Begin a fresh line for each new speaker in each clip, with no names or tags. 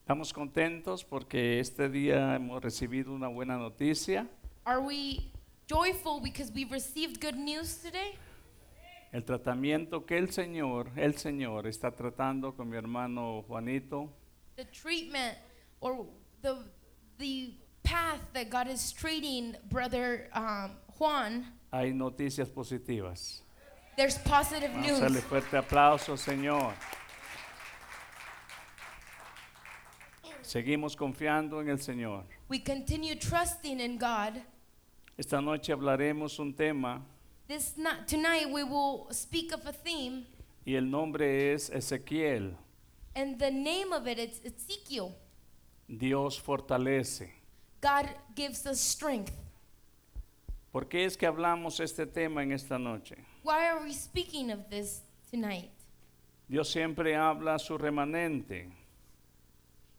Estamos contentos porque este día hemos recibido una buena noticia.
Are we joyful because we've received good news today?
El tratamiento que el Señor, el Señor está tratando con mi hermano Juanito
The treatment or the the path that God is treating brother um, Juan,
hay noticias positivas.
there's positive
Vamos a
news.
hacerle fuerte aplauso, Señor. Seguimos confiando en el Señor.
We continue trusting in God.
Esta noche hablaremos un tema
This not, tonight we will speak of a theme,
y el nombre es Ezequiel.
and the name of it it's Ezekiel.
Dios fortalece.
God gives us strength.
¿Por qué es que hablamos este tema en esta noche?
Why are we speaking of this tonight?
Dios siempre habla a su remanente.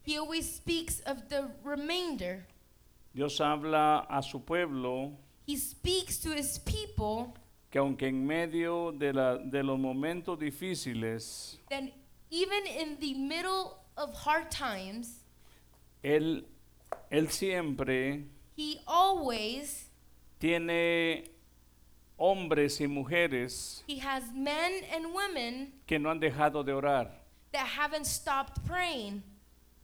He always speaks of the remainder.
Dios habla a su pueblo
He speaks to his people
que aunque en medio de, la- de los momentos difíciles,
then even in the middle of hard times,
Él, él siempre
he always
tiene hombres y mujeres
he has men and women
que no han dejado de orar.
that haven't stopped praying.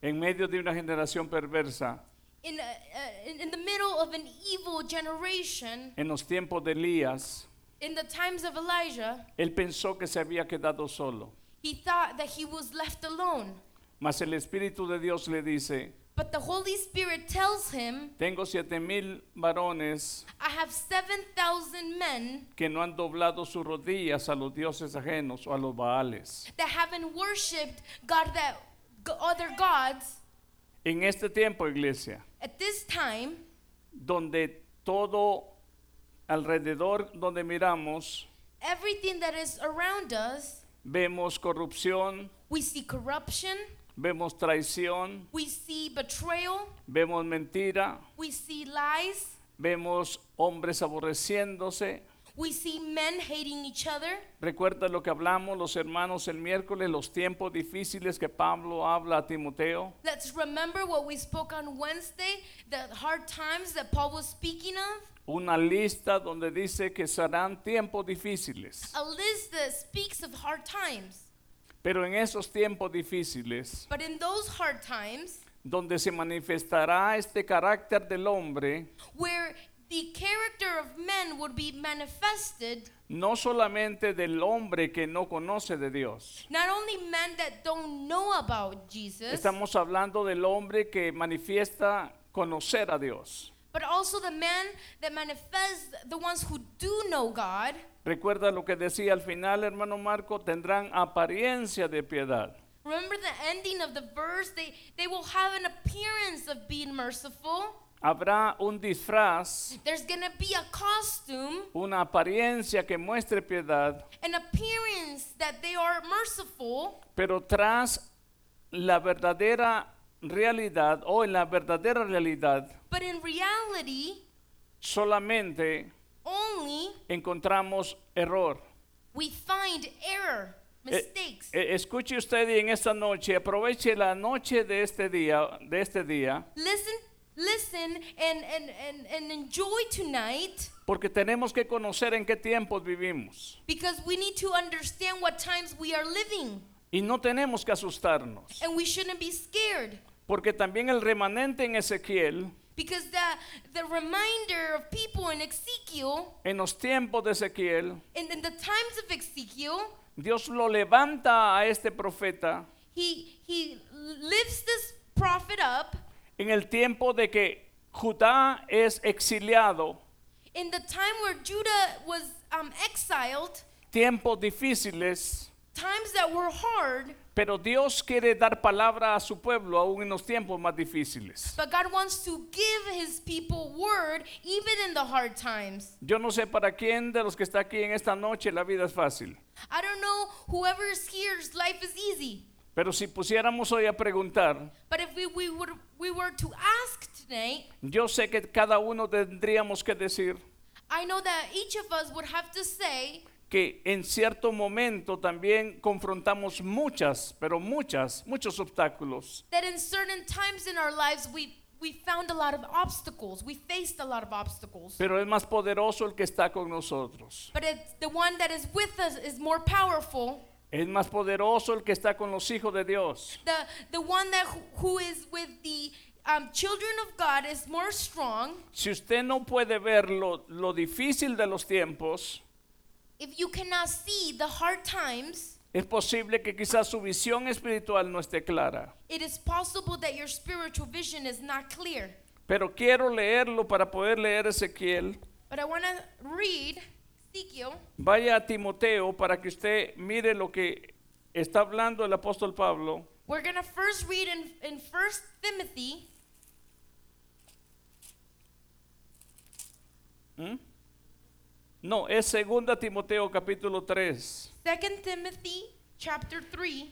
En medio de una generación perversa,
In, a, a- in, in the middle of an evil generation,
en los tiempos de Elías,
in the times of Elijah,
él pensó que se había quedado solo.
he thought that he was left alone.
Mas el Espíritu de Dios le dice,
But the Holy Spirit tells him,
tengo siete mil varones
I have 7,000 men
que no han doblado sus rodillas a los dioses ajenos o a los baales.
that haven't worshiped God that g- other gods
En este tiempo, iglesia,
at this time
donde todo alrededor donde miramos,
everything that is around us,
vemos corrupción,
we see corruption,
vemos traición,
we see betrayal,
vemos mentira,
we see lies,
vemos hombres aborreciéndose.
we see men hating each other.
Recuerda lo que hablamos los hermanos el miércoles, los tiempos difíciles que Pablo habla a Timoteo.
Let's remember what we spoke on Wednesday, the hard times that Paul was speaking of.
Una lista donde dice que serán tiempos difíciles.
A list that speaks of hard times.
Pero en esos tiempos difíciles,
But in those hard times,
donde se manifestará este carácter del hombre,
where the character of men would be manifested,
no solamente del hombre que no conoce de Dios.
not only men that don't know about Jesus,
Estamos hablando del hombre que manifiesta conocer a Dios.
But also the men that manifest, the ones who do know God,
Recuerda lo que decía al final, hermano Marco, tendrán apariencia de piedad,
remember the ending of the verse, they, they will have an appearance of being merciful.
habrá un disfraz,
There's gonna be a costume,
una apariencia que muestre piedad,
an appearance that they are merciful,
pero tras la verdadera realidad o en la verdadera realidad
but in reality,
solamente
only
encontramos error.
we find error,
Eh,
mistakes.
eh, escuche usted y en esta noche, aproveche la noche de este día, de este día,
Listen, listen, and, and, and, and enjoy tonight
porque tenemos que conocer en qué tiempos vivimos
because we need to understand what times we are living.
y no tenemos que asustarnos,
And we shouldn't be scared
porque también el remanente en Ezequiel,
because the, the reminder of people in Ezekiel,
en los tiempos de Ezequiel,
in, in the times of Ezekiel,
Dios lo levanta a este profeta
he, he lifts this prophet up
en el tiempo de que Judá es exiliado,
in the time where Judah was um, exiled,
tiempos difíciles,
times that were hard,
pero Dios quiere dar palabra a su pueblo aún en los tiempos más difíciles.
but God wants to give his people word even in the hard times.
Yo no sé para quién de los que está aquí en esta noche la vida es fácil,
I don't know whoever is here's life is easy,
pero si pusiéramos hoy a preguntar,
but if we, we, would, we were to ask tonight,
yo sé que cada uno tendríamos que decir,
I know that each of us would have to say,
que en cierto momento también confrontamos muchas, pero muchas, muchos obstáculos.
That in certain times in our lives, we, we found a lot of obstacles. We faced a lot of obstacles.
Pero es más poderoso el que está con nosotros.
But it's the one that is with us is more powerful.
Es más poderoso el que está con los hijos de Dios.
The, the one that who, who is with the um, children of God is more strong.
Si usted no puede ver lo, lo difícil de los tiempos,
If you cannot see the hard times,
es posible que quizás su visión espiritual no esté clara.
it is possible that your spiritual vision is not clear.
Pero quiero leerlo para poder leer Ezequiel.
But I want to read Ezekiel.
Vaya a Timoteo para que usted mire lo que está hablando el apóstol Pablo.
We're going to first read in, in 1 Timothy.
¿Mm? No, es 2 Timoteo capítulo 3.
2 Timothy chapter 3.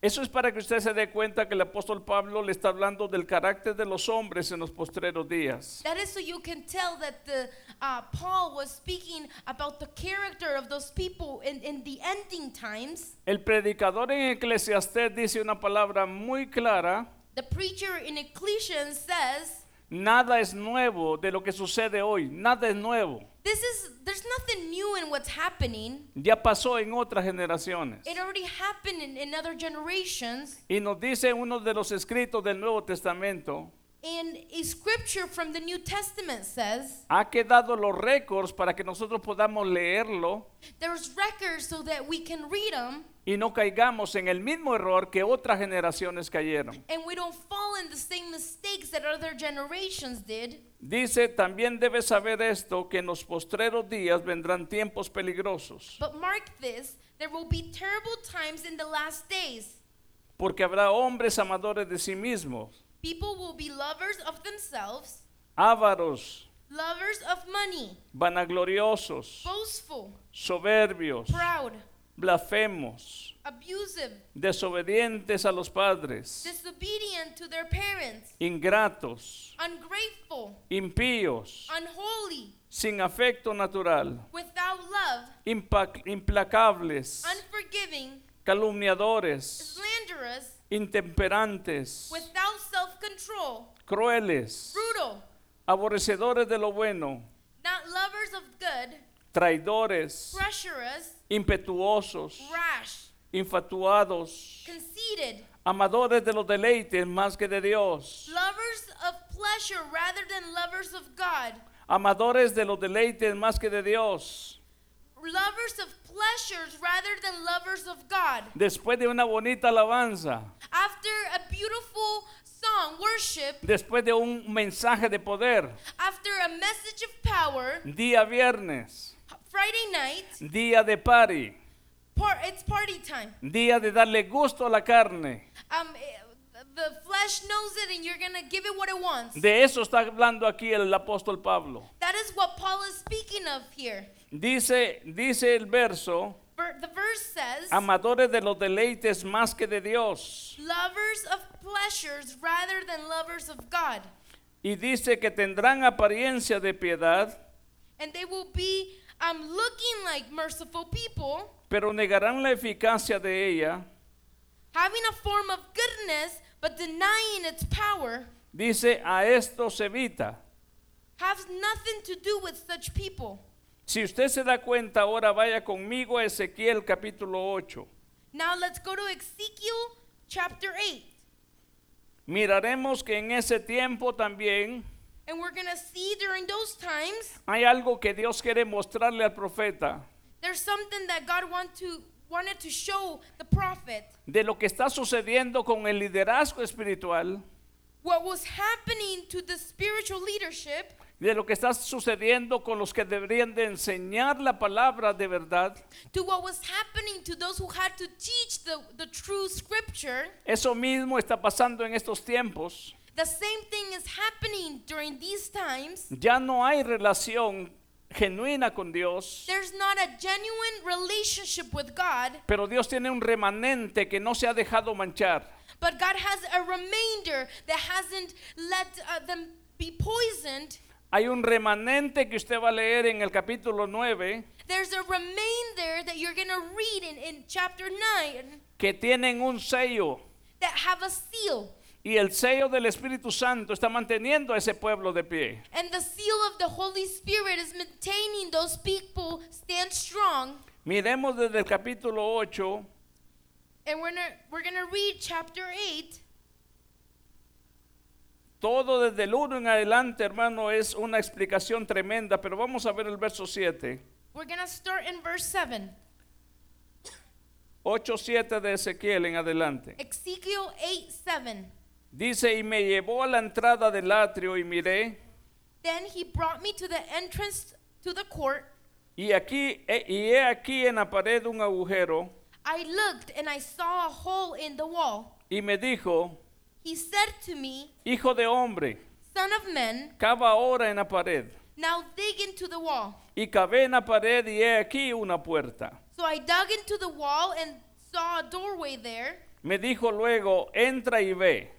Eso es para que usted se dé cuenta que el apóstol Pablo le está hablando del carácter de los hombres en los postreros días.
That is so you can tell that the uh, Paul was speaking about the character of those people in, in the ending times.
El predicador en Eclesiastés dice una palabra muy clara,
The preacher in Ecclesiastes says,
nada es nuevo de lo que sucede hoy, nada es nuevo.
"This is there's nothing new in what's happening.
Ya pasó en otras generaciones.
It already happened in, in other generations."
Y nos dice uno de los escritos del Nuevo Testamento,
And a scripture from the New Testament says,
ha quedado los récords para que nosotros podamos leerlo
"There's records so that we can read them."
y no caigamos en el mismo error que otras generaciones cayeron.
And we don't fall in the same mistakes that other generations did.
Dice, también debes saber esto, que en los postreros días vendrán tiempos peligrosos,
But mark this, there will be terrible times in the last days.
porque habrá hombres amadores de sí mismos,
People will be lovers of themselves,
ávaros,
lovers of money,
vanagloriosos,
boastful,
soberbios,
proud,
blasfemos,
abusive,
desobedientes a los padres,
disobedient to their parents,
ingratos,
ungrateful,
impíos,
unholy,
sin afecto natural,
without love,
impac- implacables,
unforgiving,
calumniadores,
slanderous,
intemperantes,
without self control,
crueles,
brutal,
aborrecedores de lo bueno,
not lovers of good,
traidores,
treacherous,
impetuosos,
rash,
infatuados,
conceited,
amadores de los deleites más que de Dios,
lovers of pleasure rather than lovers of God,
amadores de los deleites más que de Dios.
lovers of pleasures rather than lovers of God.
Después de una bonita alabanza,
After a beautiful song, worship,
después de un mensaje de poder,
after a message of power,
día viernes,
Friday night,
día de party,
par- it's party time.
día de darle gusto a la carne.
Um, eh, the flesh knows it and you're going to give it what it wants.
De eso está hablando aquí el apóstol Pablo.
That is what Paul is speaking of here.
Dice, dice el verso,
Ver- the verse says,
amadores de los deleites más que de Dios.
lovers of pleasures rather than lovers of God.
Y dice que tendrán apariencia de piedad,
and they will be um, looking like merciful people,
pero negarán la eficacia de ella.
having a form of goodness but denying its power,
Dice, a esto se evita.
have nothing to do with such people.
Si usted se da cuenta, ahora vaya conmigo a Ezequiel capítulo 8.
Now let's go to Ezekiel chapter 8,
Miraremos que en ese tiempo también
and we're gonna see during those times
hay algo que Dios quiere mostrarle al profeta
there's something that God want to wanted to show the prophet
de lo que está sucediendo con el liderazgo espiritual,
what was happening to the spiritual leadership
de lo que está sucediendo con los que deberían de enseñar la palabra de verdad.
to what was happening to those who had to teach the, the true scripture
Eso mismo está pasando en estos tiempos.
The same thing is happening during these times.
Ya no hay relación genuina con Dios,
There's not a genuine relationship with God,
pero Dios tiene un remanente que no se ha dejado manchar.
but God has a remainder that hasn't let uh, them be poisoned.
Hay un remanente que usted va a leer en el capítulo 9
There's a remainder that you're going to read in, in chapter 9
que tienen un sello
that have a seal.
y el sello del Espíritu Santo está manteniendo a ese pueblo de pie.
And the seal of the Holy Spirit is maintaining those people stand strong.
Miremos desde el capítulo 8
And we're gonna, we're going to read chapter 8.
Todo desde el 1 en adelante, hermano, es una explicación tremenda, pero vamos a ver el verso 7.
We're going to start in verse 7.
8.7 de Ezequiel en adelante.
Ezekiel 8 7.
Dice, y me llevó a la entrada del atrio y miré,
Then he brought me to the entrance to the court.
y aquí, e- y he aquí en la pared un agujero,
I looked and I saw a hole in the wall.
y me dijo,
He said to me,
hijo de hombre,
Son of man,
cava ahora en la pared.
now dig into the wall.
Y cavé en la pared y he aquí una puerta.
So I dug into the wall and saw a doorway there.
Me dijo luego, entra y ve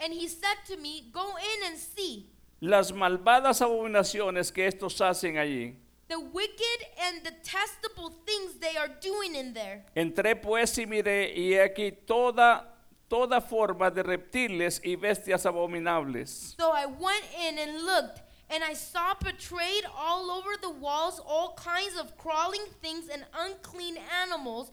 And he said to me, Go in and see
las malvadas abominaciones que estos hacen allí.
the wicked and detestable things they are doing in there.
Entré pues y miré, y he aquí toda, toda forma de reptiles y bestias abominables,
So I went in and looked, and I saw portrayed all over the walls all kinds of crawling things and unclean animals,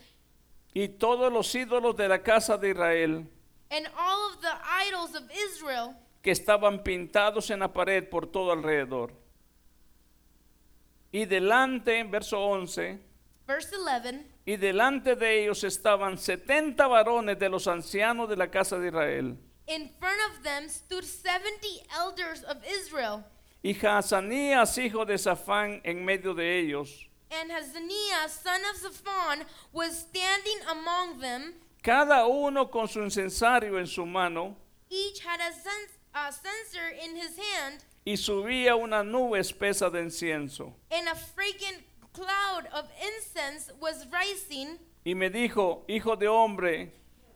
y todos los ídolos de la casa de Israel
and all of the idols of Israel
que estaban pintados en la pared por todo alrededor. Y delante, verso 11,
Verse 11
y delante de ellos estaban 70 varones de los ancianos de la casa de Israel.
In front of them stood 70 elders of Israel,
Y Hazanías, hijo de Safán, en medio de ellos.
and Hazaniah, son of Zaphon, was standing among them.
Cada uno con su incensario en su mano,
Each had a, cens- a censer in his hand
y subía una nube espesa de incienso.
and a fragrant cloud of incense was rising.
Y me dijo, hijo de hombre,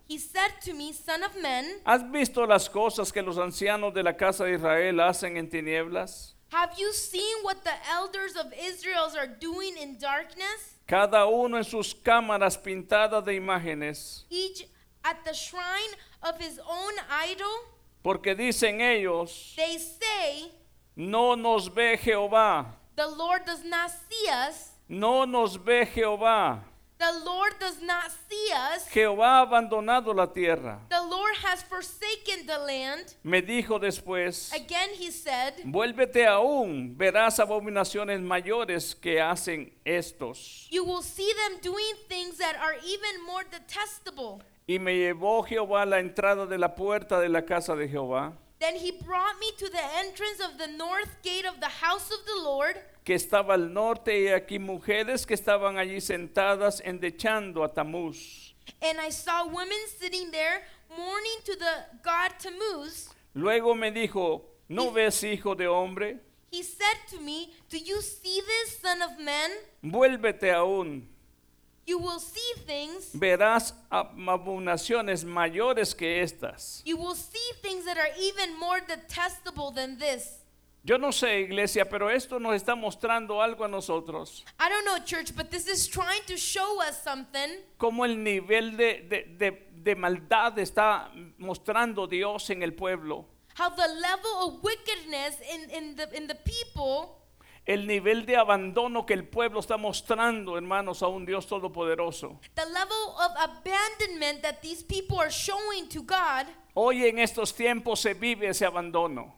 He said to me, Son of man,
¿has visto las cosas que los ancianos de la casa de Israel hacen en tinieblas?
have you seen what the elders of Israel are doing in darkness?
Cada uno en sus cámaras pintadas de imágenes,
Each at the shrine of his own idol?
porque dicen ellos,
They say,
no nos ve Jehová,
The Lord does not see us.
no nos ve Jehová.
The Lord does not see us.
Jehová ha abandonado la tierra.
The Lord has forsaken the land.
Me dijo después,
Again, he said,
vuélvete aún, verás abominaciones mayores que hacen estos.
You will see them doing things that are even more detestable.
Y me llevó Jehová a la entrada de la puerta de la casa de Jehová,
Then he brought me to the entrance of the north gate of the house of the Lord.
que estaba al norte, y aquí mujeres que estaban allí sentadas endechando a Tamuz.
And I saw women sitting there mourning to the god Tammuz.
Luego me dijo, ¿no ves hijo de hombre?
He said to me, Do you see this, son of man?
Vuélvete aún,
You will see things.
verás ab- abominaciones mayores que estas.
You will see things that are even more detestable than this.
Yo no sé, iglesia, pero esto nos está mostrando algo a nosotros,
I don't know, church, but this is trying to show us something
como el nivel de, de- de- de maldad está mostrando Dios en el pueblo.
how the level of wickedness in, in, the, in the people,
El nivel de abandono que el pueblo está mostrando, hermanos, a un Dios todopoderoso.
the level of abandonment that these people are showing to God.
Hoy en estos tiempos se vive ese abandono.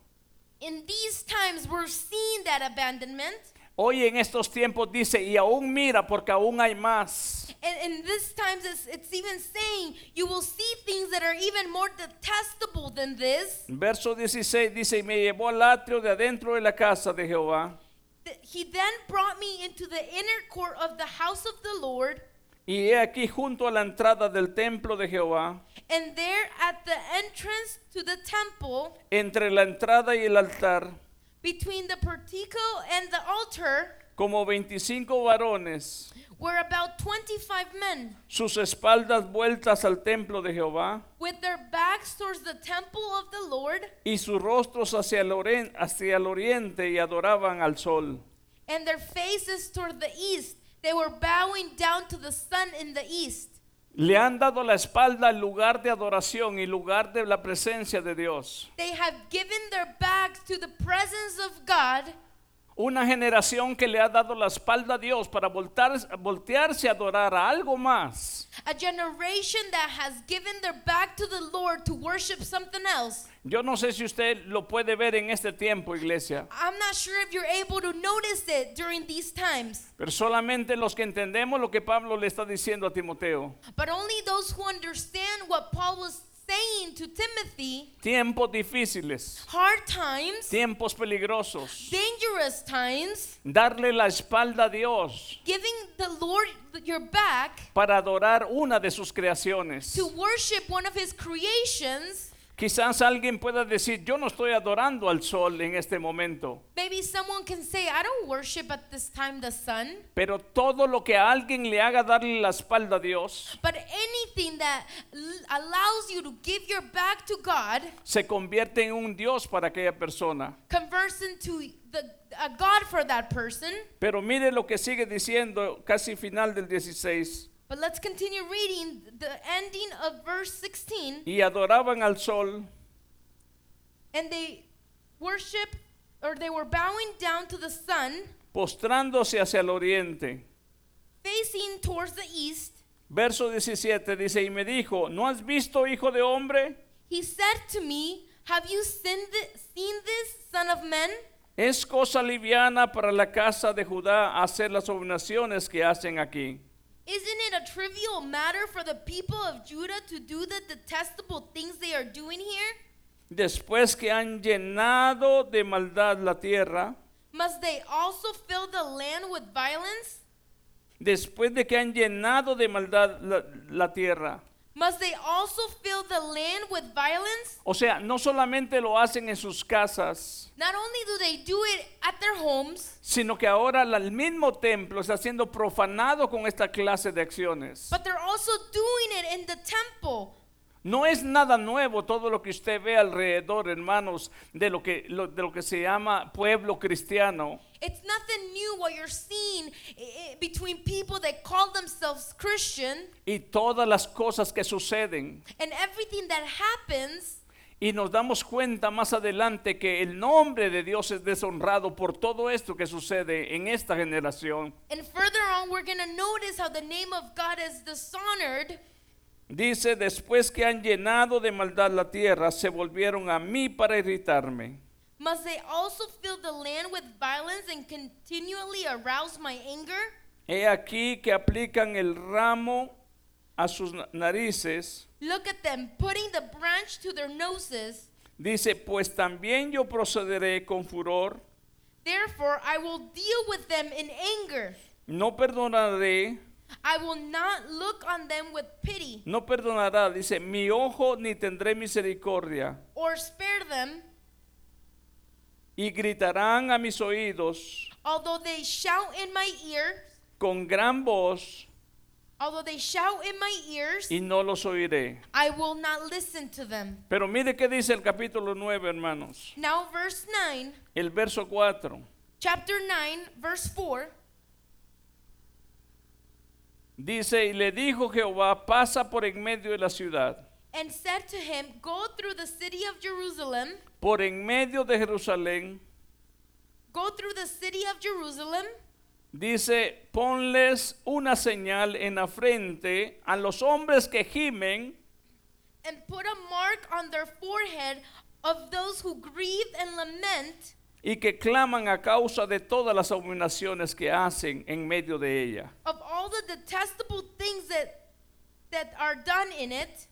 In these times, we're seeing that abandonment.
Hoy en estos tiempos dice, y aún mira porque aún hay más.
And in these times, it's, it's even saying you will see things that are even more detestable than this.
Verso 16 dice, y me llevó al atrio de adentro de la casa de Jehová,
Th- He then brought me into the inner court of the house of the Lord,
y he aquí junto a la entrada del templo de Jehová,
and there at the entrance to the temple,
entre la entrada y el altar,
between the portico and the altar,
como 25 varones,
were about 25 men
sus espaldas vueltas al templo de Jehová
with their backs towards the temple of the Lord
y sus rostros hacia el, oren- hacia el oriente y adoraban al sol.
and their faces toward the east. They were bowing down to the sun in the east.
Le han dado la espalda al lugar de adoración y lugar de la presencia de Dios.
They have given their backs to the presence of God,
Una generación que le ha dado la espalda a Dios para voltar- voltearse a adorar a algo más.
a generation that has given their back to the Lord to worship something else.
Yo no sé si usted lo puede ver en este tiempo, iglesia,
I'm not sure if you're able to notice it during these times,
pero solamente los que entendemos lo que Pablo le está diciendo a Timoteo.
but only those who understand what Paul was saying to Timothy
Tiempos difíciles,
hard times,
tiempos peligrosos.
dangerous times,
Darle la espalda a Dios
giving the Lord your back
para adorar una de sus creaciones.
to worship one of his creations.
Quizás alguien pueda decir, yo no estoy adorando al sol en este momento,
Maybe someone can say, I don't worship at this time the sun.
pero todo lo que a alguien le haga darle la espalda a Dios
But anything that l- allows you to give your back to God
se convierte en un Dios para aquella persona.
converts into the, a God for that person.
Pero mire lo que sigue diciendo casi final del 16.
But let's continue reading the ending of verse 16.
Y adoraban al sol
And they worship, or they were bowing down to the sun,
postrándose hacia el oriente.
facing towards the east.
Verso 17 dice, y me dijo, ¿no has visto, hijo de hombre?
He said to me, Have you seen, thi- seen this, son of man?
Es cosa liviana para la casa de Judá hacer las abominaciones que hacen aquí.
Isn't it a trivial matter for the people of Judah to do the detestable things they are doing here?
Después que han llenado de maldad la tierra,
Must they also fill the land with violence?
después de que han llenado de maldad la, la tierra.
Must they also fill the land with violence?
O sea, no solamente lo hacen en sus casas,
Not only do they do it at their homes,
sino que ahora la- el mismo templo está siendo profanado con esta clase de acciones.
but they're also doing it in the temple.
No es nada nuevo todo lo que usted ve alrededor, hermanos, de lo que, lo- de lo que se llama pueblo cristiano.
It's nothing new what you're seeing i- i- between people that call themselves Christian
y todas las cosas que suceden.
and everything that happens.
Y nos damos cuenta más adelante que el nombre de Dios es deshonrado por todo esto que sucede en esta generación.
And further on, we're going to notice how the name of God is dishonored.
Dice, después que han llenado de maldad la tierra, se volvieron a mí para irritarme.
Must they also fill the land with violence and continually arouse my anger?
He aquí que aplican el ramo a sus na- narices.
Look at them putting the branch to their noses.
Dice, pues también yo procederé con furor,
Therefore, I will deal with them in anger.
no perdonaré,
I will not look on them with pity
no perdonará. Dice, mi ojo ni tendré misericordia.
or spare them,
y gritarán a mis oídos
although they shout in my ear,
con gran voz
although they shout in my ears,
y no los oiré.
I will not listen to them.
Pero mire qué dice el capítulo 9, hermanos.
Now verse 9,
El verso 4
chapter 9, verse 4.
dice, y le dijo Jehová, pasa por en medio de la ciudad,
And said to him, Go through the city of Jerusalem,
por en medio de Jerusalén,
go through the city of Jerusalem,
dice, ponles una señal en la frente a los hombres que gimen
and put a mark on their forehead of those who grieve and lament,
y que claman a causa de todas las abominaciones que hacen en medio de ella.
of all the detestable things that that are done in it.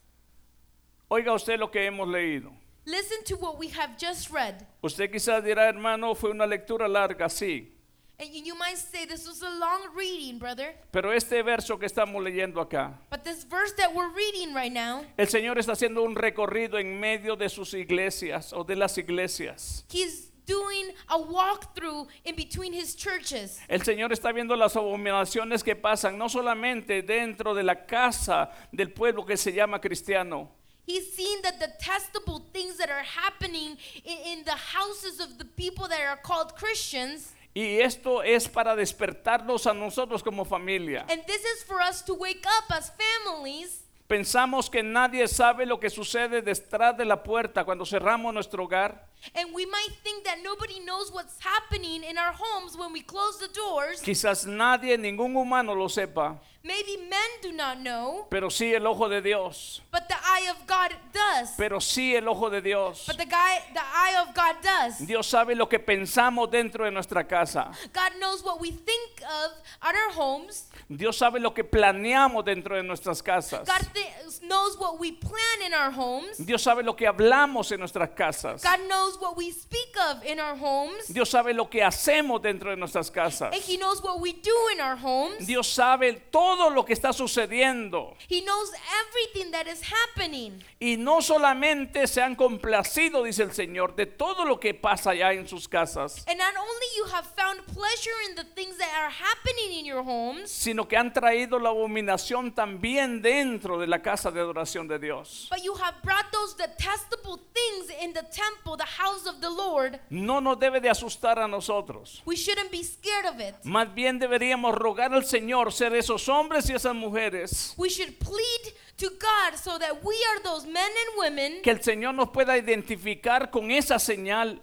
Oiga usted lo que hemos leído.
Listen to what we have just read.
Usted quizás dirá, hermano, fue una lectura larga, sí.
And you, you might say this was a long reading, brother,
Pero este verso que estamos leyendo acá,
but this verse that we're reading right now,
el Señor está haciendo un recorrido en medio de sus iglesias o de las iglesias.
he's doing a walkthrough in between his churches.
El Señor está viendo las abominaciones que pasan, no solamente dentro de la casa del pueblo que se llama cristiano,
He's seen the detestable things that are happening in, in the houses of the people that are called Christians.
y esto es para despertarnos a nosotros como familia.
And this is for us to wake up as families.
Pensamos que nadie sabe lo que sucede detrás de la puerta cuando cerramos nuestro hogar.
And we might think that nobody knows what's happening in our homes when we close the doors.
Quizás nadie, ningún humano lo sepa,
Maybe men do not know,
pero sí el ojo de Dios.
but the eye of God does.
Pero sí el ojo de Dios.
But the guy, the eye of God does.
Dios sabe lo que pensamos dentro de nuestra casa.
God knows what we think of at our homes.
Dios sabe lo que planeamos dentro de nuestras casas.
God thi- knows what we plan in our homes.
Dios sabe lo que hablamos en nuestras casas.
God knows what we speak of in our homes.
Dios sabe lo que hacemos dentro de nuestras casas.
And He knows what we do in our homes.
Dios sabe todo lo que está sucediendo.
He knows everything that is happening.
Y no solamente se han complacido, dice el Señor, de todo lo que pasa allá en sus casas,
And not only you have found pleasure in the things that are happening in your homes,
sino que han traído la abominación también dentro de la casa de adoración de Dios.
but you have brought those detestable things in the temple, the house of the Lord.
No nos debe de asustar a nosotros.
We shouldn't be scared of it.
Más bien deberíamos rogar al Señor ser esos hombres y esas mujeres
We should plead to God so that we are those men and women
que el Señor nos pueda identificar con esa señal.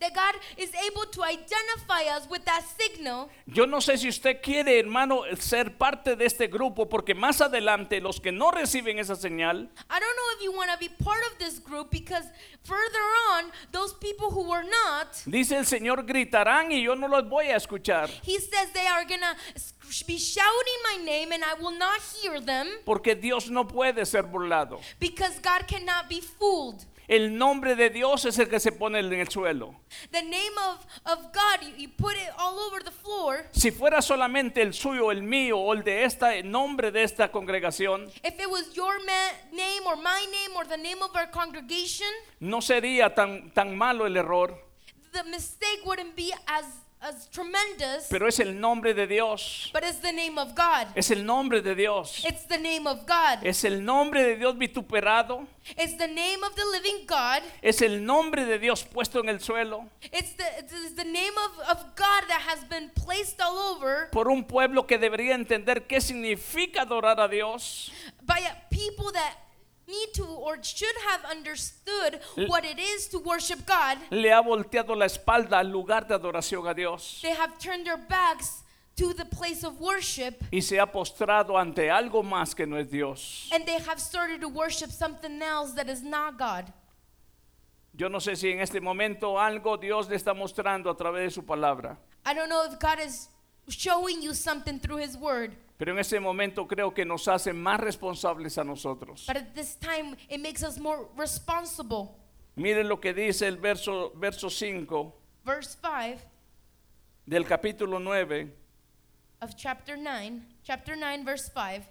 that God is able to identify us with that signal.
Yo no sé si usted quiere, hermano, ser parte de este grupo, porque más adelante los que no reciben esa señal
I don't know if you want to be part of this group because further on, those people who were not,
Dice el Señor, gritarán y yo no los voy a escuchar,
he says they are going to be shouting my name and I will not hear them
porque Dios no puede ser burlado.
because God cannot be fooled.
El nombre de Dios es el que se pone en el suelo.
The name of, of God, you, you put it all over the floor.
Si fuera solamente el suyo, el mío o el de esta, el nombre de esta congregación,
If it was your ma- name or my name or the name of our congregation,
no sería tan, tan malo el error,
the mistake wouldn't be as, as tremendous,
pero es el nombre de Dios.
but it's the name of God.
Es el nombre de Dios.
It's the name of God.
Es el nombre de Dios vituperado.
It's the name of the living God.
Es el nombre de Dios puesto en el suelo
It's the, it's the name of, of God that has been placed all over
por un pueblo que debería entender qué significa adorar a Dios.
by a people that need to or should have understood
L-
what it is to worship God.
le ha volteado la espalda al lugar de adoración a Dios
They have turned their backs to the place of worship
y se ha postrado ante algo más que no es Dios.
and they have started to worship something else that is not God.
Yo no sé si en este momento algo Dios le está mostrando a través de su palabra,
I don't know if God is showing you something through His Word,
pero en este momento creo que nos hace más responsables a nosotros.
but at this time it makes us more responsible.
Miren lo que dice el verso verso 5
Verse 5
del capítulo 9,
of chapter 9, chapter 9, verse 5.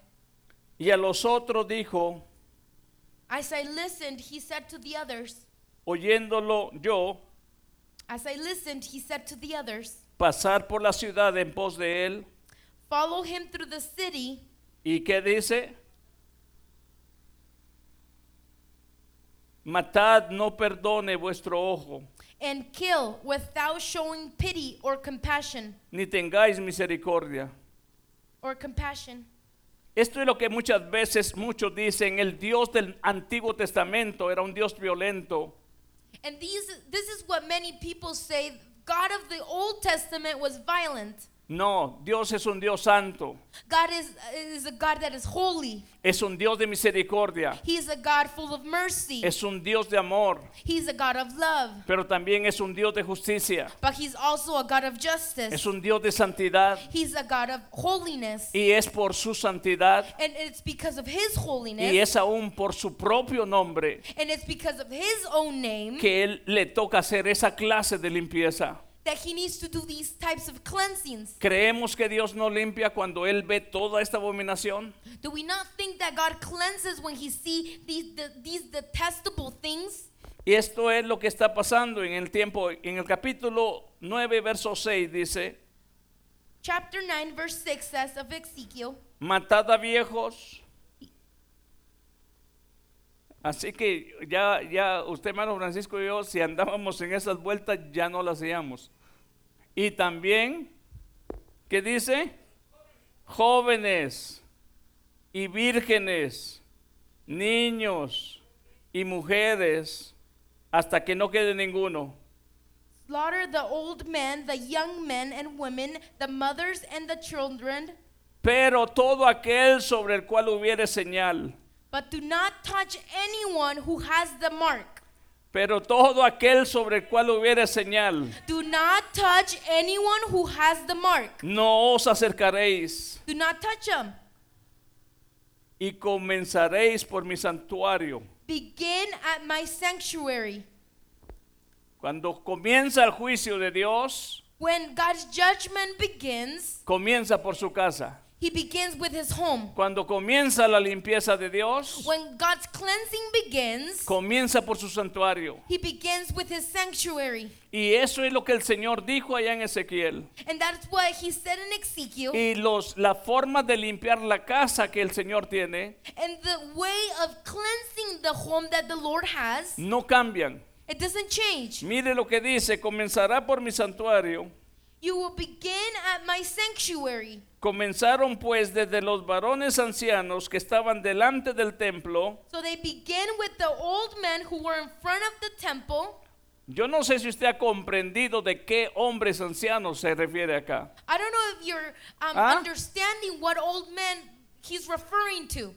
y a los otros dijo,
As I listened, he said to the others,
oyéndolo yo
As I listened, he said to the others,
pasar por la ciudad en pos de él,
Follow him through the city.
¿Y qué dice? Matad, no perdone vuestro ojo,
and kill without showing pity or compassion
ni tengáis misericordia.
or compassion.
Esto es lo que muchas veces muchos dicen, el Dios del Antiguo Testamento era un Dios violento.
And these this is what many people say God of the Old Testament was violent.
No, Dios es un Dios santo,
God is is a God that is holy.
es un Dios de misericordia,
He is a God full of mercy.
es un Dios de amor,
He is a God of love,
pero también es un Dios de justicia,
but he's also a God of justice.
es un Dios de santidad
He's a God of holiness.
y es por su santidad
And it's because of his
y
holiness
es aún por su propio nombre
and it's because of his own name
que él le toca hacer esa clase de limpieza.
that he needs to do these types of cleansings.
¿Creemos que Dios no limpia cuando él ve toda esta abominación?
Do we not think that God cleanses when he see these the, these detestable things?
Y esto es lo que está pasando en el tiempo. En el capítulo 9, verso 6 dice,
Chapter 9, verse 6 says of Ezekiel,
matad a viejos. Así que ya, ya usted, hermano Francisco y yo, si andábamos en esas vueltas, ya no las hacíamos. Y también, ¿qué dice? Jóvenes y vírgenes, niños y mujeres, hasta que no quede ninguno.
Slaughter the old men, the young men and women, the mothers and the children,
Pero todo aquel sobre el cual hubiere señal,
but do not touch anyone who has the mark.
pero todo aquel sobre el cual hubiere señal,
Do not touch anyone who has the mark.
no os acercaréis.
Do not touch him.
y comenzaréis por mi santuario.
Begin at my sanctuary.
Cuando comienza el juicio de Dios,
When God's judgment begins,
comienza por su casa.
he begins with his home.
Cuando comienza la limpieza de Dios,
When God's cleansing begins,
comienza por su santuario.
he begins with his sanctuary.
Y eso es lo que el Señor dijo allá en Ezequiel.
And that's what he said in Ezekiel.
Y los, la forma de limpiar la casa que el Señor tiene
And the way of cleansing the home that the Lord has,
no cambian.
it doesn't change.
Mire lo que dice, comenzará por mi santuario.
You will begin at my sanctuary.
Comenzaron pues desde los varones ancianos que estaban delante del templo
So they begin with the old men who were in front of the temple.
Yo no sé si usted ha comprendido de qué hombres ancianos se refiere acá.
I don't know if you're um,
Ah?
understanding what old men he's referring to.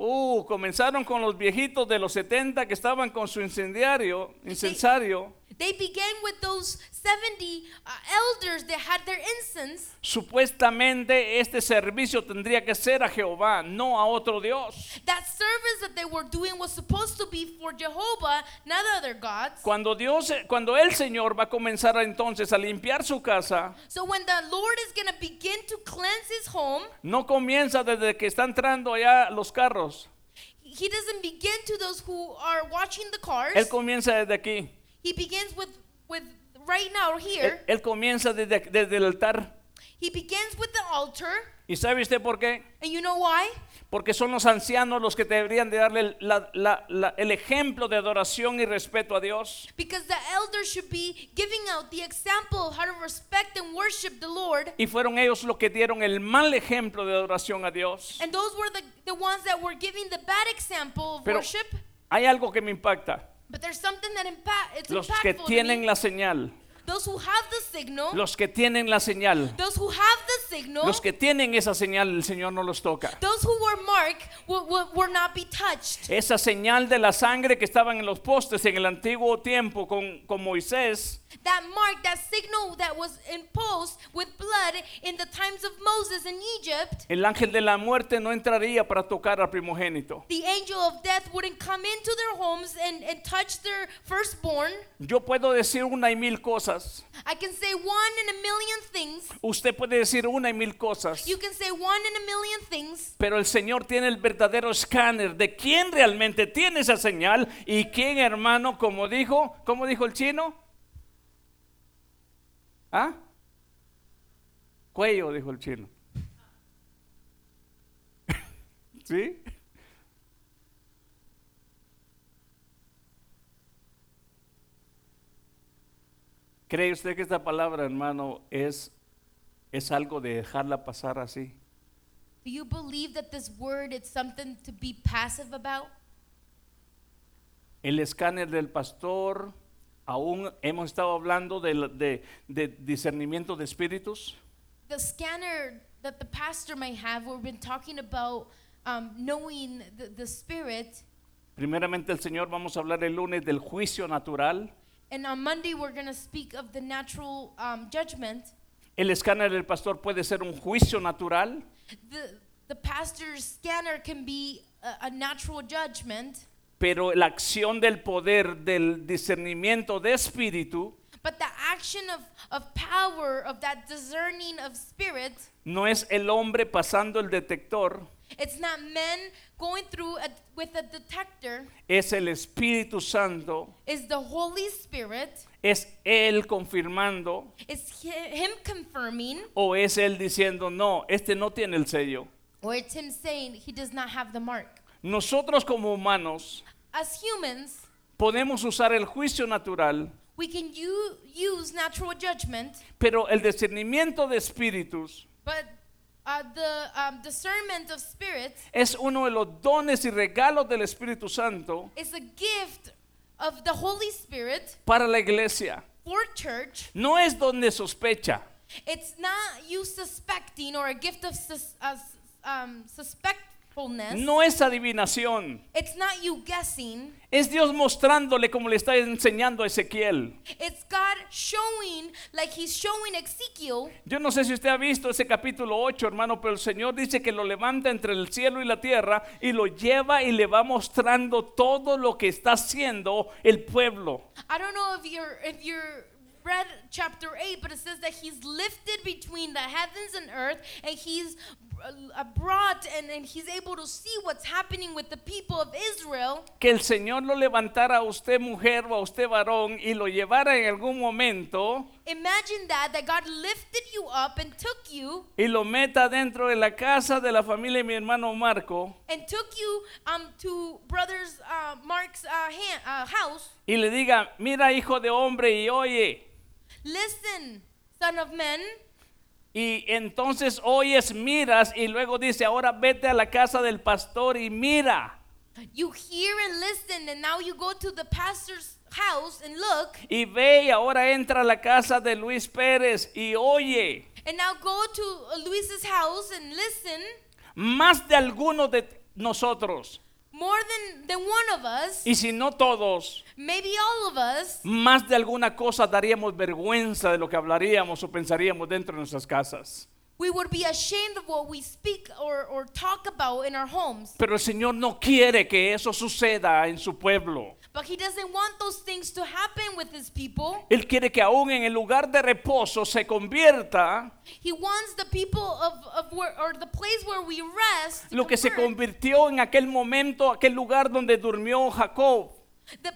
Uh, comenzaron con los viejitos de los 70 que estaban con su incendiario, incensario.
They began with those 70 uh, elders that had their incense.
Supuestamente este servicio tendría que ser a Jehová, no a otro Dios.
That service that they were doing was supposed to be for Jehovah, not other gods.
Cuando Dios, cuando el Señor va a comenzar a, entonces a limpiar su casa,
So when the Lord is going to begin to cleanse his home,
no comienza desde que está entrando allá los carros.
he doesn't begin to those who are watching the cars.
Él comienza desde aquí.
He begins with with right now
Él,
here.
él comienza desde, desde el altar.
He begins with the altar,
¿Y sabe usted por qué?
and you know why?
Porque son los ancianos los que deberían de darle el- la- la- la- el ejemplo de adoración y respeto a Dios.
Because the elders should be giving out the example of how to respect and worship the Lord.
Y fueron ellos los que dieron el mal ejemplo de adoración a Dios.
And those were the, the ones that were giving the bad example of
Pero-
worship.
Hay algo que me impacta.
But there's something that impact it's
Los que
impactful. to
tienen
me.
la señal.
Those who have the signal,
Los que tienen la señal.
those who have the signal,
Los que tienen esa señal, el Señor no los toca.
those who were marked will, will, will not be touched.
Esa señal de la sangre que estaban en los postes en el antiguo tiempo con, con Moisés,
That mark, that signal that was imposed with blood in the times of Moses in Egypt,
el ángel de la muerte no entraría para tocar al primogénito.
the angel of death wouldn't come into their homes and, and touch their firstborn.
Yo puedo decir una y mil cosas.
I can say one in a million things.
Usted puede decir una y mil cosas,
You can say one in a million things.
pero el Señor tiene el verdadero escáner de quién realmente tiene esa señal y quién, hermano, como dijo, ¿cómo dijo el chino? ¿Ah? Cuello, dijo el chino. ¿Sí? ¿Cree usted que esta palabra, hermano, es, es algo de dejarla pasar así?
Do you believe that this word is something to be passive about?
el escáner del pastor, aún hemos estado hablando de, la- de- de discernimiento de espíritus,
The scanner that the pastor may have, we've been talking about um, knowing the, the spirit.
primeramente el Señor, vamos a hablar el lunes del juicio natural,
And on Monday, we're going to speak of the natural um, judgment.
el escáner del pastor puede ser un juicio natural,
The, the pastor's scanner can be a, a natural judgment,
pero la acción del poder del discernimiento de espíritu
but the action of, of power, of that discerning of spirit,
No es el hombre pasando el detector,
it's not men going through a, with a detector,
es el Espíritu Santo,
it's the Holy Spirit,
es Él confirmando
it's hi- Him confirming,
o es Él diciendo, no, este no tiene el sello.
or it's Him saying He does not have the mark.
Nosotros como humanos
As humans,
podemos usar el juicio natural,
we can u- use natural judgment,
pero el discernimiento de espíritus
but uh, the um, discernment of spirit
es uno de los dones y regalos del Espíritu Santo
is a gift of the Holy Spirit
para la iglesia.
for church.
No es donde sospecha,
It's not you suspecting or a gift of sus, uh, s- um, suspectfulness.
no es adivinación.
It's not you guessing.
Es Dios mostrándole como le está enseñando a Ezequiel.
It's God showing, like He's showing Ezekiel.
Yo no sé si usted ha visto ese capítulo 8, hermano, pero el Señor dice que lo levanta entre el cielo y la tierra y lo lleva y le va mostrando todo lo que está haciendo el pueblo.
I don't know if you're if you're read chapter eight, but it says that He's lifted between the heavens and earth, and He's uh, brought and, and He's able to see what's happening with the people of Israel.
Que el Señor lo levantara a usted mujer o a usted varón y lo llevara en algún momento
Imagine that that God lifted you up and took you
y lo meta dentro de la casa de la familia de mi hermano Marco
and took you um, to brothers uh, Mark's uh, hand, uh, house.
y le diga, mira hijo de hombre y oye,
Listen, son of men.
Y entonces oyes, miras y luego dice, ahora vete a la casa del pastor y mira.
You hear and listen, and now you go to the pastor's house and look,
Y ve y ahora entra a la casa de Luis Pérez y oye.
and now go to uh, Luis's house and listen.
Más de algunos de nosotros,
More than, than one of us,
y si no todos,
maybe all of us,
más de alguna cosa daríamos vergüenza de lo que hablaríamos o pensaríamos dentro de nuestras casas.
we would be ashamed of what we speak or, or talk about in our homes.
Pero el Señor no quiere que eso suceda en su pueblo.
But he doesn't want those things to happen with his people.
Él quiere que aún en el lugar de reposo se convierta
He wants the people of, of where, or the place where we rest, to
lo que se
convert.
convirtió en aquel momento, aquel lugar donde durmió Jacob.
the,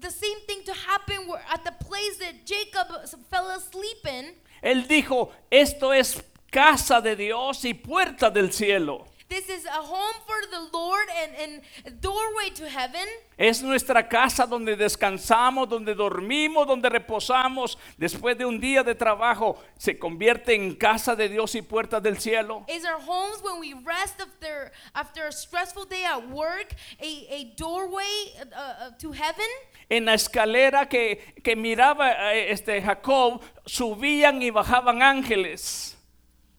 the same thing to happen where, at the place that Jacob fell asleep in.
Él dijo, esto es casa de Dios y puerta del cielo.
This is a home for the Lord and, and a doorway to heaven.
Es nuestra casa donde descansamos, donde dormimos, donde reposamos. Después de un día de trabajo, se convierte en casa de Dios y puerta del cielo.
Is our homes when we rest after, after a stressful day at work, a, a doorway uh, uh, to heaven.
En la escalera que, que miraba eh, este Jacob, subían y bajaban ángeles.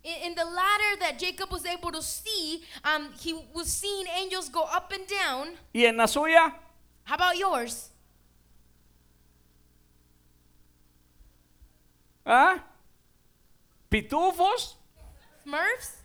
In, in the ladder that Jacob was able to see, um, he was seeing angels go up and down.
Y en la suya,
How about yours?
¿ah? pitufos.
Smurfs?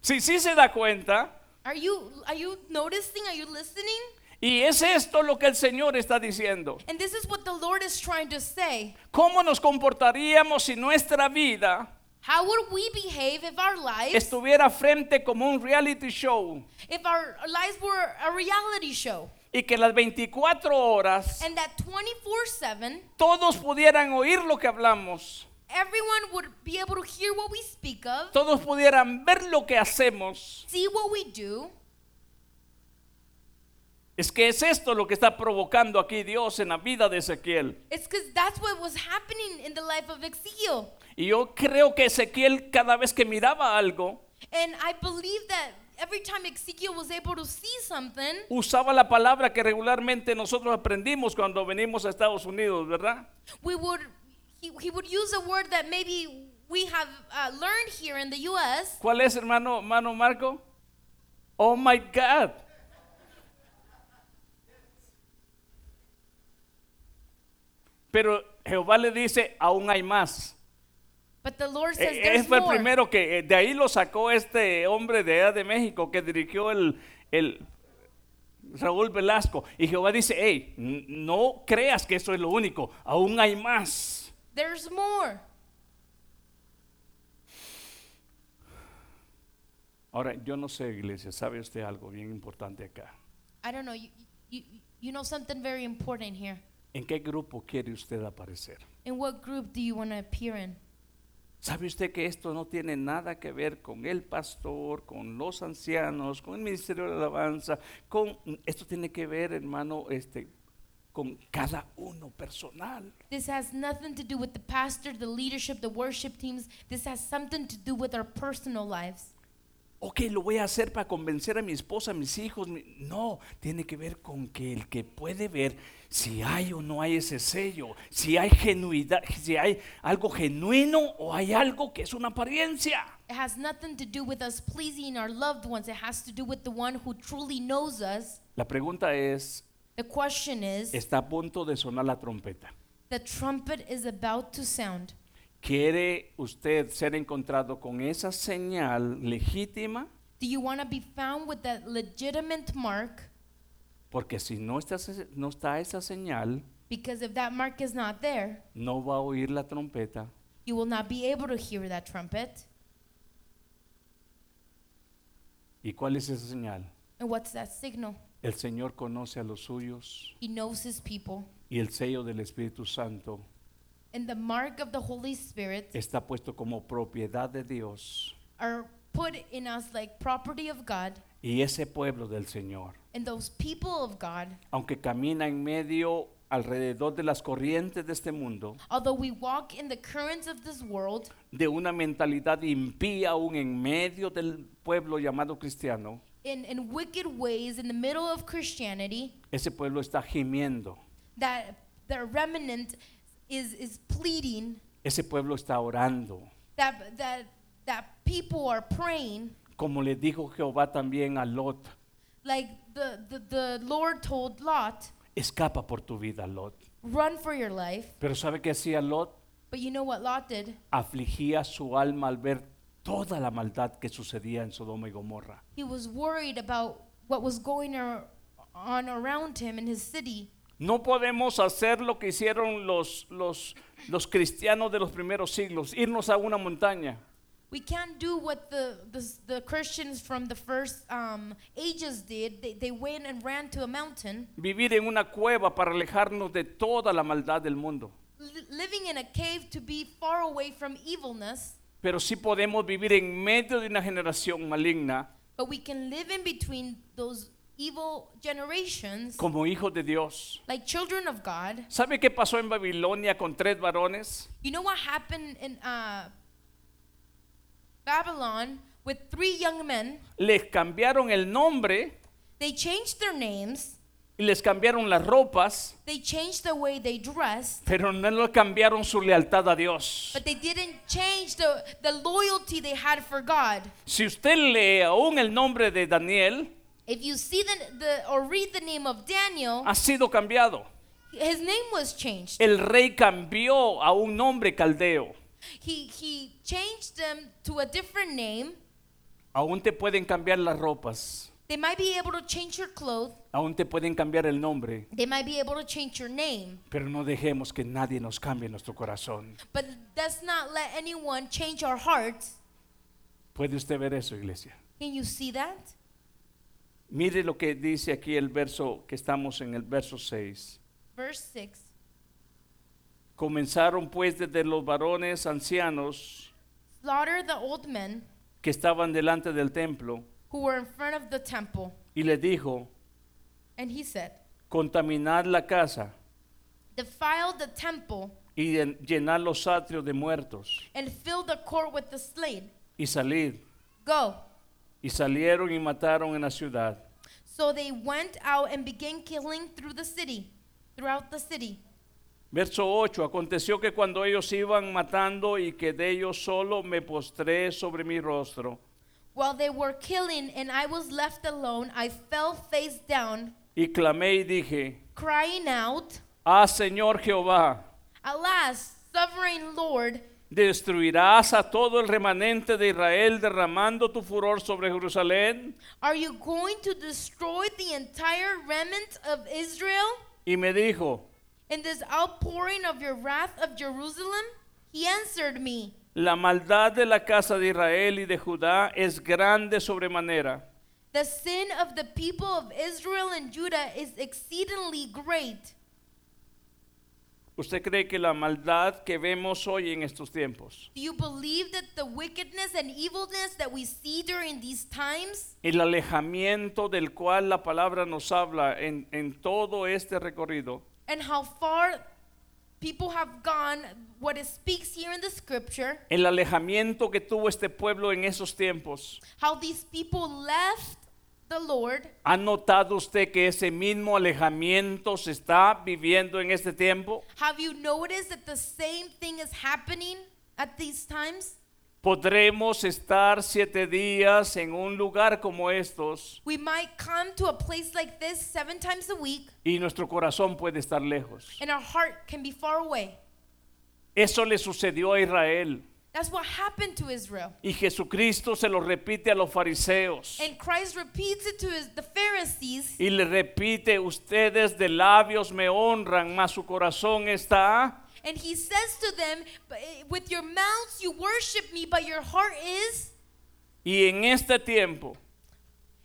Si sí se da cuenta,
Are you are you noticing? Are you listening?
y es esto lo que el Señor está diciendo.
And this is what the Lord is trying to say.
¿Cómo nos comportaríamos si nuestra vida
How would we behave if our lives
estuviera frente como un reality show
if our lives were a reality show
y que las 24 horas
and that 24/7
todos pudieran oír lo que hablamos,
everyone would be able to hear what we speak of,
todos pudieran ver lo que hacemos?
see what we do?
Es que es esto lo que está provocando aquí Dios en la vida de Ezequiel.
It's cuz that's what was happening in the life of Ezekiel.
Y yo creo que Ezequiel cada vez que miraba algo,
And I believe that every time Ezekiel was able to see something,
usaba la palabra que regularmente nosotros aprendimos cuando venimos a Estados Unidos, ¿verdad?
we would he, he would use a word that maybe we have uh, learned here in the US
¿Cuál es, hermano, hermano Marco? Oh my God. Pero Jehová le dice, aún hay más.
But the Lord says
Eh, Ese
there's
fue el
more.
primero que eh, de ahí lo sacó este hombre de allá de México que dirigió el, el Raúl Velasco. Y Jehová dice, hey, n- no creas que eso es lo único, aún hay más.
There's more.
Ahora, yo no sé, iglesia, ¿sabe usted algo bien importante acá?
I don't know. You, you, you know something very important here.
¿En qué grupo quiere usted aparecer?
In what group do you want to appear in?
¿Sabe usted que esto no tiene nada que ver con el pastor, con los ancianos, con el ministerio de alabanza? Con, esto tiene que ver, hermano, este, con cada uno personal.
This has nothing to do with the pastor, the leadership, the worship teams. This has something to do with our personal lives.
Ok, lo voy a hacer para convencer a mi esposa, a mis hijos. mi- No, tiene que ver con que el que puede ver si hay o no hay ese sello, si hay genuidad, si hay algo genuino o hay algo que es una apariencia.
It has nothing to do with us pleasing our loved ones. It has to do with the one who truly knows us.
La pregunta es,
The question is
está a punto de sonar la trompeta.
the trumpet is about to sound.
¿Quiere usted ser encontrado con esa señal legítima?
Do you want to be found with that legitimate mark?
Porque si no está, ese- no está esa señal,
Because if that mark is not there,
no va a oír la trompeta.
you will not be able to hear that trumpet.
¿Y cuál es esa señal?
And what's that signal?
El Señor conoce a los suyos
He knows his people.
y el sello del Espíritu Santo
And the mark of the Holy Spirit
está puesto como propiedad de Dios
are put in us like property of God.
y ese pueblo del Señor.
And those people of God,
Aunque camina en medio, alrededor de las corrientes de este mundo,
although we walk in the currents of this world,
de una mentalidad impía aún en medio del pueblo llamado cristiano,
in, in wicked ways, in the middle of Christianity,
ese pueblo está gimiendo,
that the remnant is, is pleading,
ese pueblo está orando.
that, that, that people are praying,
Como le dijo Jehová también a Lot,
like the, the, the Lord told Lot,
escapa por tu vida, Lot.
run for your life.
Pero ¿sabe qué hacía Lot?
But you know what Lot did?
Afligía su alma al ver toda la maldad que sucedía en Sodoma y Gomorra.
He was worried about what was going ar- on around him in his city.
No podemos hacer lo que hicieron los, los, los cristianos de los primeros siglos, irnos a una montaña.
We can't do what the, the, s- the Christians from the first um, ages did. They, they went and ran to a mountain,
vivir en una cueva para alejarnos de toda la maldad del mundo.
li- living in a cave to be far away from evilness.
Pero sí podemos vivir en medio de una generación maligna
But we can live in between those evil generations
como hijos de Dios.
like children of God.
¿Sabe qué pasó en Babilonia con tres varones?
You know what happened in uh, Babylon with three young men?
Les cambiaron el nombre
They changed their names.
y les cambiaron las ropas,
They changed the way they dressed,
pero no le cambiaron su lealtad a Dios.
but they didn't change the, the loyalty they had for God.
Si usted lee aún el nombre de Daniel,
If you see the, the or read the name of Daniel,
ha sido cambiado.
his name was changed.
El rey cambió a un nombre caldeo.
He he changed them to a different name.
Aún te pueden cambiar las ropas,
They might be able to change your clothes.
aún te pueden cambiar el nombre,
They might be able to change your name,
Pero no dejemos que nadie nos cambie nuestro corazón.
but let's not let anyone change our hearts.
¿Puede usted ver eso, iglesia?
Can you see that?
Mire lo que dice aquí el verso que estamos en el verso 6.
Verse 6.
Comenzaron pues desde los varones ancianos
Slaughter the old men
que estaban delante del templo
who were in front of the temple.
y les dijo,
And he said,
contaminad la casa
Defile the temple
y llen- llenad los atrios de muertos
and fill the court with the slain.
y salid.
Go.
Y salieron y mataron en la ciudad
So they went out and began killing through the city, throughout the city.
Verso 8, aconteció que cuando ellos iban matando y que de ellos solo me postré sobre mi rostro
While they were killing and I was left alone, I fell face down,
y clamé y dije,
crying out,
ah Señor Jehová,
Alas, sovereign Lord,
¿Destruirás a todo el remanente de Israel derramando tu furor sobre Jerusalén?
Are you going to destroy the entire remnant of Israel
Y me dijo,
in this outpouring of your wrath of Jerusalem? He answered me,
la maldad de la casa de Israel y de Judá es grande sobremanera.
The sin of the people of Israel and Judah is exceedingly great.
¿Usted cree que la maldad que vemos hoy en estos tiempos
Do you believe that the wickedness and evilness that we see during these times,
el alejamiento del cual la palabra nos habla en, en todo este recorrido
and how far people have gone, what it speaks here in the scripture,
el alejamiento que tuvo este pueblo en esos tiempos,
how these people left the Lord?
¿ha notado usted que ese mismo alejamiento se está viviendo en este tiempo?
Have you noticed that the same thing is happening at these times?
¿Podremos estar siete días en un lugar como estos
We might come to a place like this seven times a week,
y nuestro corazón puede estar lejos?
and our heart can be far away.
Eso le sucedió a Israel
That's what happened to Israel.
y Jesucristo se lo repite a los fariseos
And Christ repeats it to his, the Pharisees.
y le repite, ustedes de labios me honran, mas su corazón está...
And he says to them, "But, eh, With your mouths you worship me, but your heart is.
Y en este tiempo,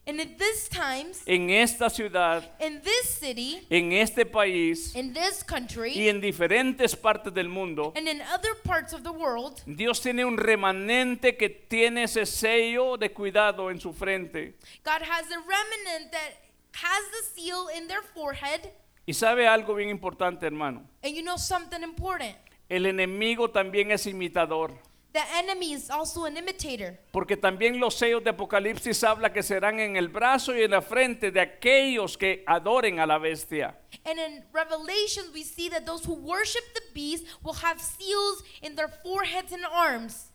And at this times,
en esta ciudad,
in this city,
en este país
in this country,
y en diferentes partes del mundo,
and in other parts of the world,
Dios tiene un remanente que tiene ese sello de cuidado en su frente.
God has a remnant that has the seal in their forehead.
Y sabe algo bien importante, hermano.
And you know something important
El enemigo también es imitador,
the enemy is also an imitator.
porque también los sellos de Apocalipsis habla que serán en el brazo y en la frente de aquellos que adoren a la bestia.
And in Revelation, we see that those who worship the beast will have seals in their foreheads and arms.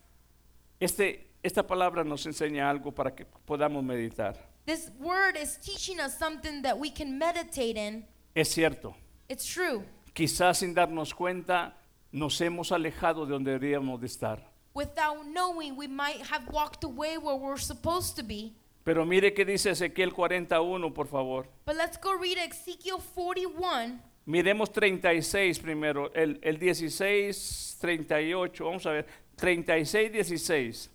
Este, esta palabra nos enseña algo para que podamos meditar.
This word is teaching us something that we can meditate in.
Es cierto,
It's true.
quizás sin darnos cuenta nos hemos alejado de donde deberíamos de estar.
Without knowing, we might have walked away where we're supposed to be.
Pero mire que dice Ezequiel 41, por favor.
But let's go read Ezekiel 41.
Miremos 36 primero, el, el 16, 38, vamos a ver, 36, 16,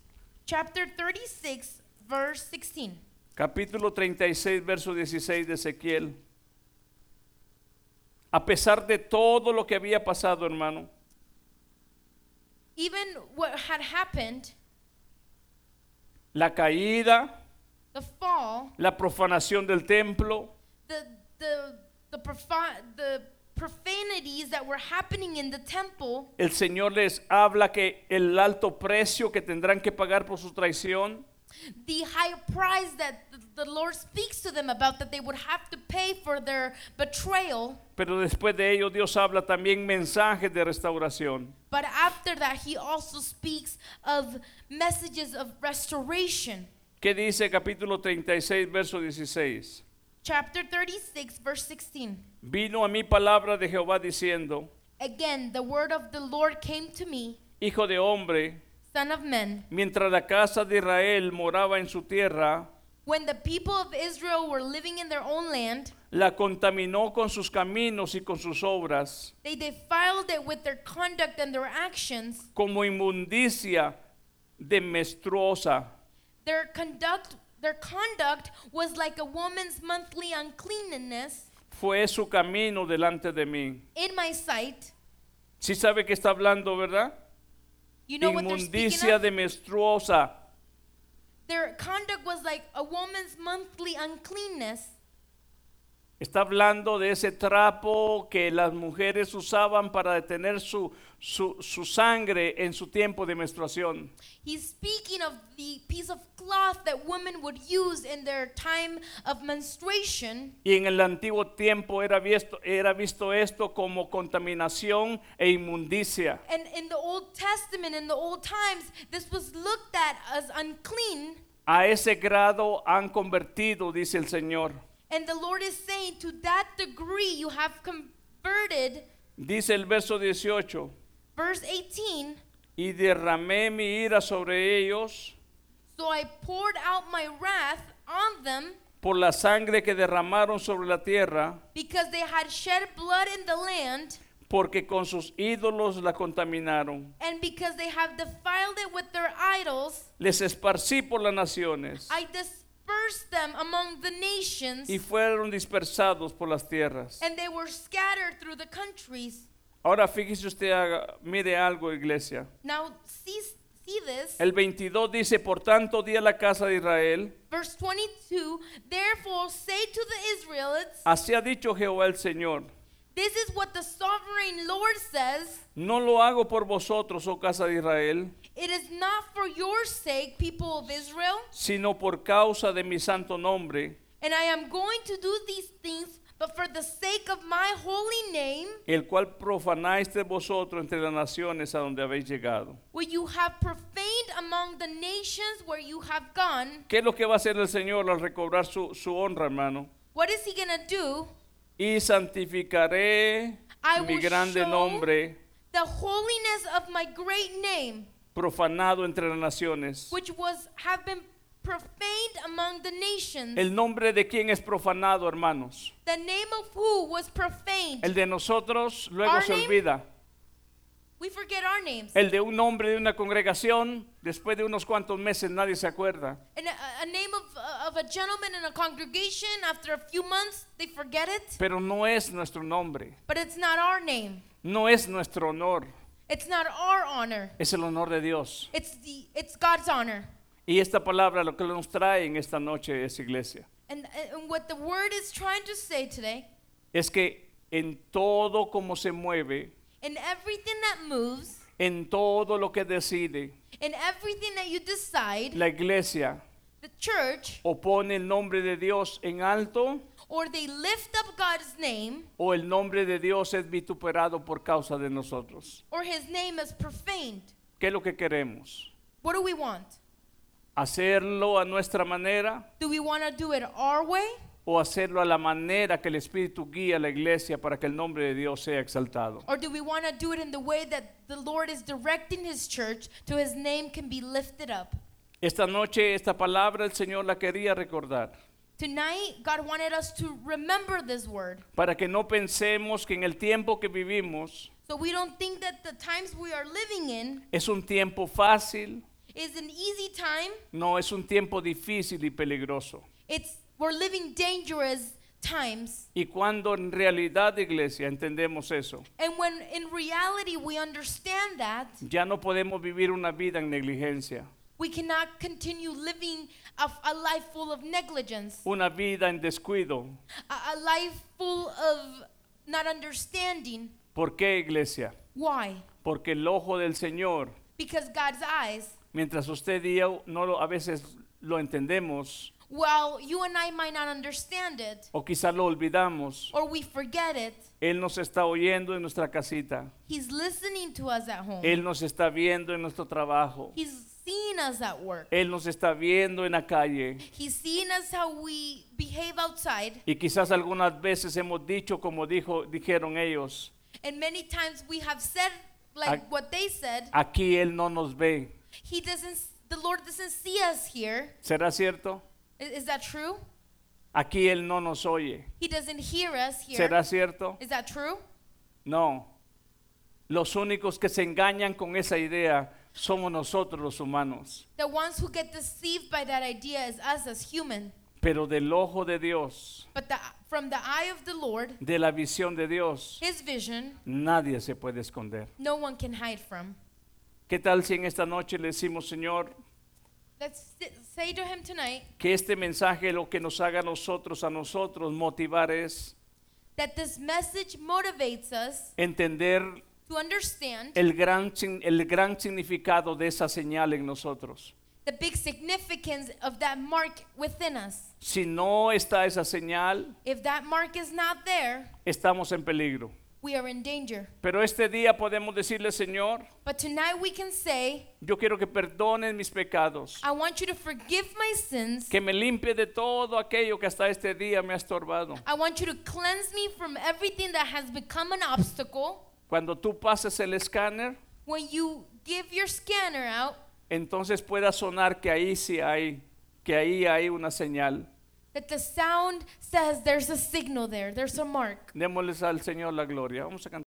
chapter 36, verse 16.
capítulo 36, verso 16 de Ezequiel. A pesar de todo lo que había pasado, hermano,
Even what had happened,
la caída,
the fall,
la profanación del templo,
the the the, profi- the profanities that were happening in the temple,
el Señor les habla que el alto precio que tendrán que pagar por su traición,
the high price that the, the Lord speaks to them about that they would have to pay for their betrayal.
pero después de ello Dios habla también mensajes de restauración.
But after that, he also speaks of messages of restoration.
¿Qué dice capítulo 36, verso 16?
Chapter 36, verse 16.
Vino a mí palabra de Jehová diciendo,
Again, the word of the Lord came to me,
Hijo de hombre,
son of man.
mientras la casa de Israel moraba en su tierra,
When the people of Israel were living in their own land,
la contaminó con sus caminos y con sus obras,
they defiled it with their conduct and their actions.
como inmundicia de menstruosa.
Their conduct, their conduct was like a woman's monthly uncleanness
Fue su camino delante de mí.
in my sight.
Si sabe que está hablando, ¿verdad?
You know what they're speaking
Inmundicia
of?
de menstruosa.
Their conduct was like a woman's monthly uncleanness.
Está hablando de ese trapo que las mujeres usaban para detener su, su, su sangre en su tiempo de menstruación.
He's speaking of the piece of cloth that women would use in their time of menstruation.
Y en el antiguo tiempo era visto, era visto esto como contaminación e inmundicia.
And in the Old Testament, in the old times, this was looked at as unclean.
A ese grado han convertido, dice el Señor.
And the Lord is saying, to that degree you have converted,
Dice el verso 18,
verse 18,
y derramé mi ira sobre ellos
So I poured out my wrath on them
por la sangre que derramaron sobre la tierra,
because they had shed blood in the land
porque con sus ídolos la contaminaron.
and because they have defiled it with their idols.
Les esparcí por las naciones
I dispersed them among the nations
y fueron dispersados por las tierras.
and they were scattered through the countries.
Ahora fíjese usted, haga- mire algo, iglesia.
Now see, see this.
El 22 dice, por tanto di a la casa de Israel,
Verse 22 Therefore say to the Israelites,
así ha dicho Jehová el Señor,
This is what the sovereign Lord says.
no lo hago por vosotros, oh casa de Israel,
It is not for your sake, people of Israel,
sino por causa de mi santo nombre,
and I am going to do these things, but for the sake of my holy name,
el cual profanaste vosotros entre las naciones a donde habéis llegado.
which you have profaned among the nations where you have gone.
¿Qué es lo que va a hacer el Señor al recobrar su, su honra, hermano?
What is he going to do?
Y santificaré
I
mi
will
grande
show-
nombre
The holiness of my great name,
profanado entre las naciones.
which was have been profaned among the nations.
¿El nombre de quién es profanado, hermanos?
The name of who was profaned.
El de nosotros luego
Our
se
name-
olvida.
we forget our names.
El de un hombre de una congregación, después de unos cuantos meses nadie se acuerda.
And a, a name of, uh, of a gentleman in a congregation, after a few months, they forget it.
Pero no es nuestro nombre,
But it's not our name.
no es nuestro honor,
It's not our honor.
es el honor de Dios.
It's the it's God's honor.
Y esta palabra lo que nos trae en esta noche es iglesia.
And, and what the word is trying to say today,
Es que en todo como se mueve,
in everything that moves,
en todo lo que decide,
in everything that you decide,
la iglesia
the church,
o pone el nombre de Dios en alto
or they lift up God's name,
o el nombre de Dios es vituperado por causa de nosotros.
or his name is profaned.
¿Qué es lo que queremos?
What do we want?
¿Hacerlo a nuestra manera?
Do we want to do it our way?
o hacerlo a la manera que el Espíritu guía a la iglesia para que el nombre de Dios sea exaltado.
Or do we want to do it in the way that the Lord is directing his church to his name can be lifted up?
Esta noche esta palabra el Señor la quería recordar
Tonight, God wanted us to remember this word.
para que no pensemos que en el tiempo que vivimos
So we don't think that the times we are living in
es un tiempo fácil,
is an easy time.
no, es un tiempo difícil y peligroso.
It's we're living dangerous times.
Y cuando en realidad, iglesia, entendemos eso,
And when in reality we understand that,
ya no podemos vivir una vida en negligencia,
we cannot continue living a, a life full of negligence,
una vida en descuido.
a, a life full of not understanding.
¿Por qué, iglesia?
Why?
Porque el ojo del Señor
Because God's eyes
Mientras usted y yo no lo, a veces lo entendemos
Well, you and I might not understand it,
o quizá lo olvidamos,
or we forget it.
Él nos está oyendo en nuestra casita,
He's listening to us at home.
Él nos está viendo en nuestro trabajo,
He's seeing us at work.
Él nos está viendo en la calle
He's seeing us how we behave outside.
y quizás algunas veces hemos dicho como dijo, dijeron ellos,
And many times we have said like
Ac-
what they said.
aquí Él no nos ve.
He doesn't s- the Lord doesn't see us here.
¿Será cierto?
I- Is, that true?
Aquí Él no nos oye.
He doesn't hear us here. Is
¿Será cierto?
that true?
No. Los únicos que se engañan con esa idea somos nosotros los humanos.
The ones who get deceived by that idea is us as human.
Pero del ojo de Dios
But the, from the eye of the Lord,
de la visión de Dios,
his vision,
nadie se puede esconder.
no one can hide from.
¿Qué tal si en esta noche le decimos, Señor,
Let's si- say to him tonight
que este mensaje lo que nos haga a nosotros, a nosotros motivar es
that this message motivates us
entender
to understand
el gran, sin- el gran significado de esa señal en nosotros?
the big significance of that mark within us.
Si no está esa señal,
If that mark is not there,
estamos en peligro.
we are in danger.
Pero este día podemos decirle, Señor,
But tonight we can say,
yo quiero que perdones mis pecados,
I want you to forgive my sins.
que me limpie de todo aquello que hasta este día me ha estorbado.
I want you to cleanse me from everything that has become an obstacle.
Cuando tú pases el escáner,
When you give your scanner out,
entonces pueda sonar que ahí sí hay, que ahí hay una señal.
that the sound says there's a signal there, there's a mark.
Démosles al Señor la gloria. Vamos a cantar.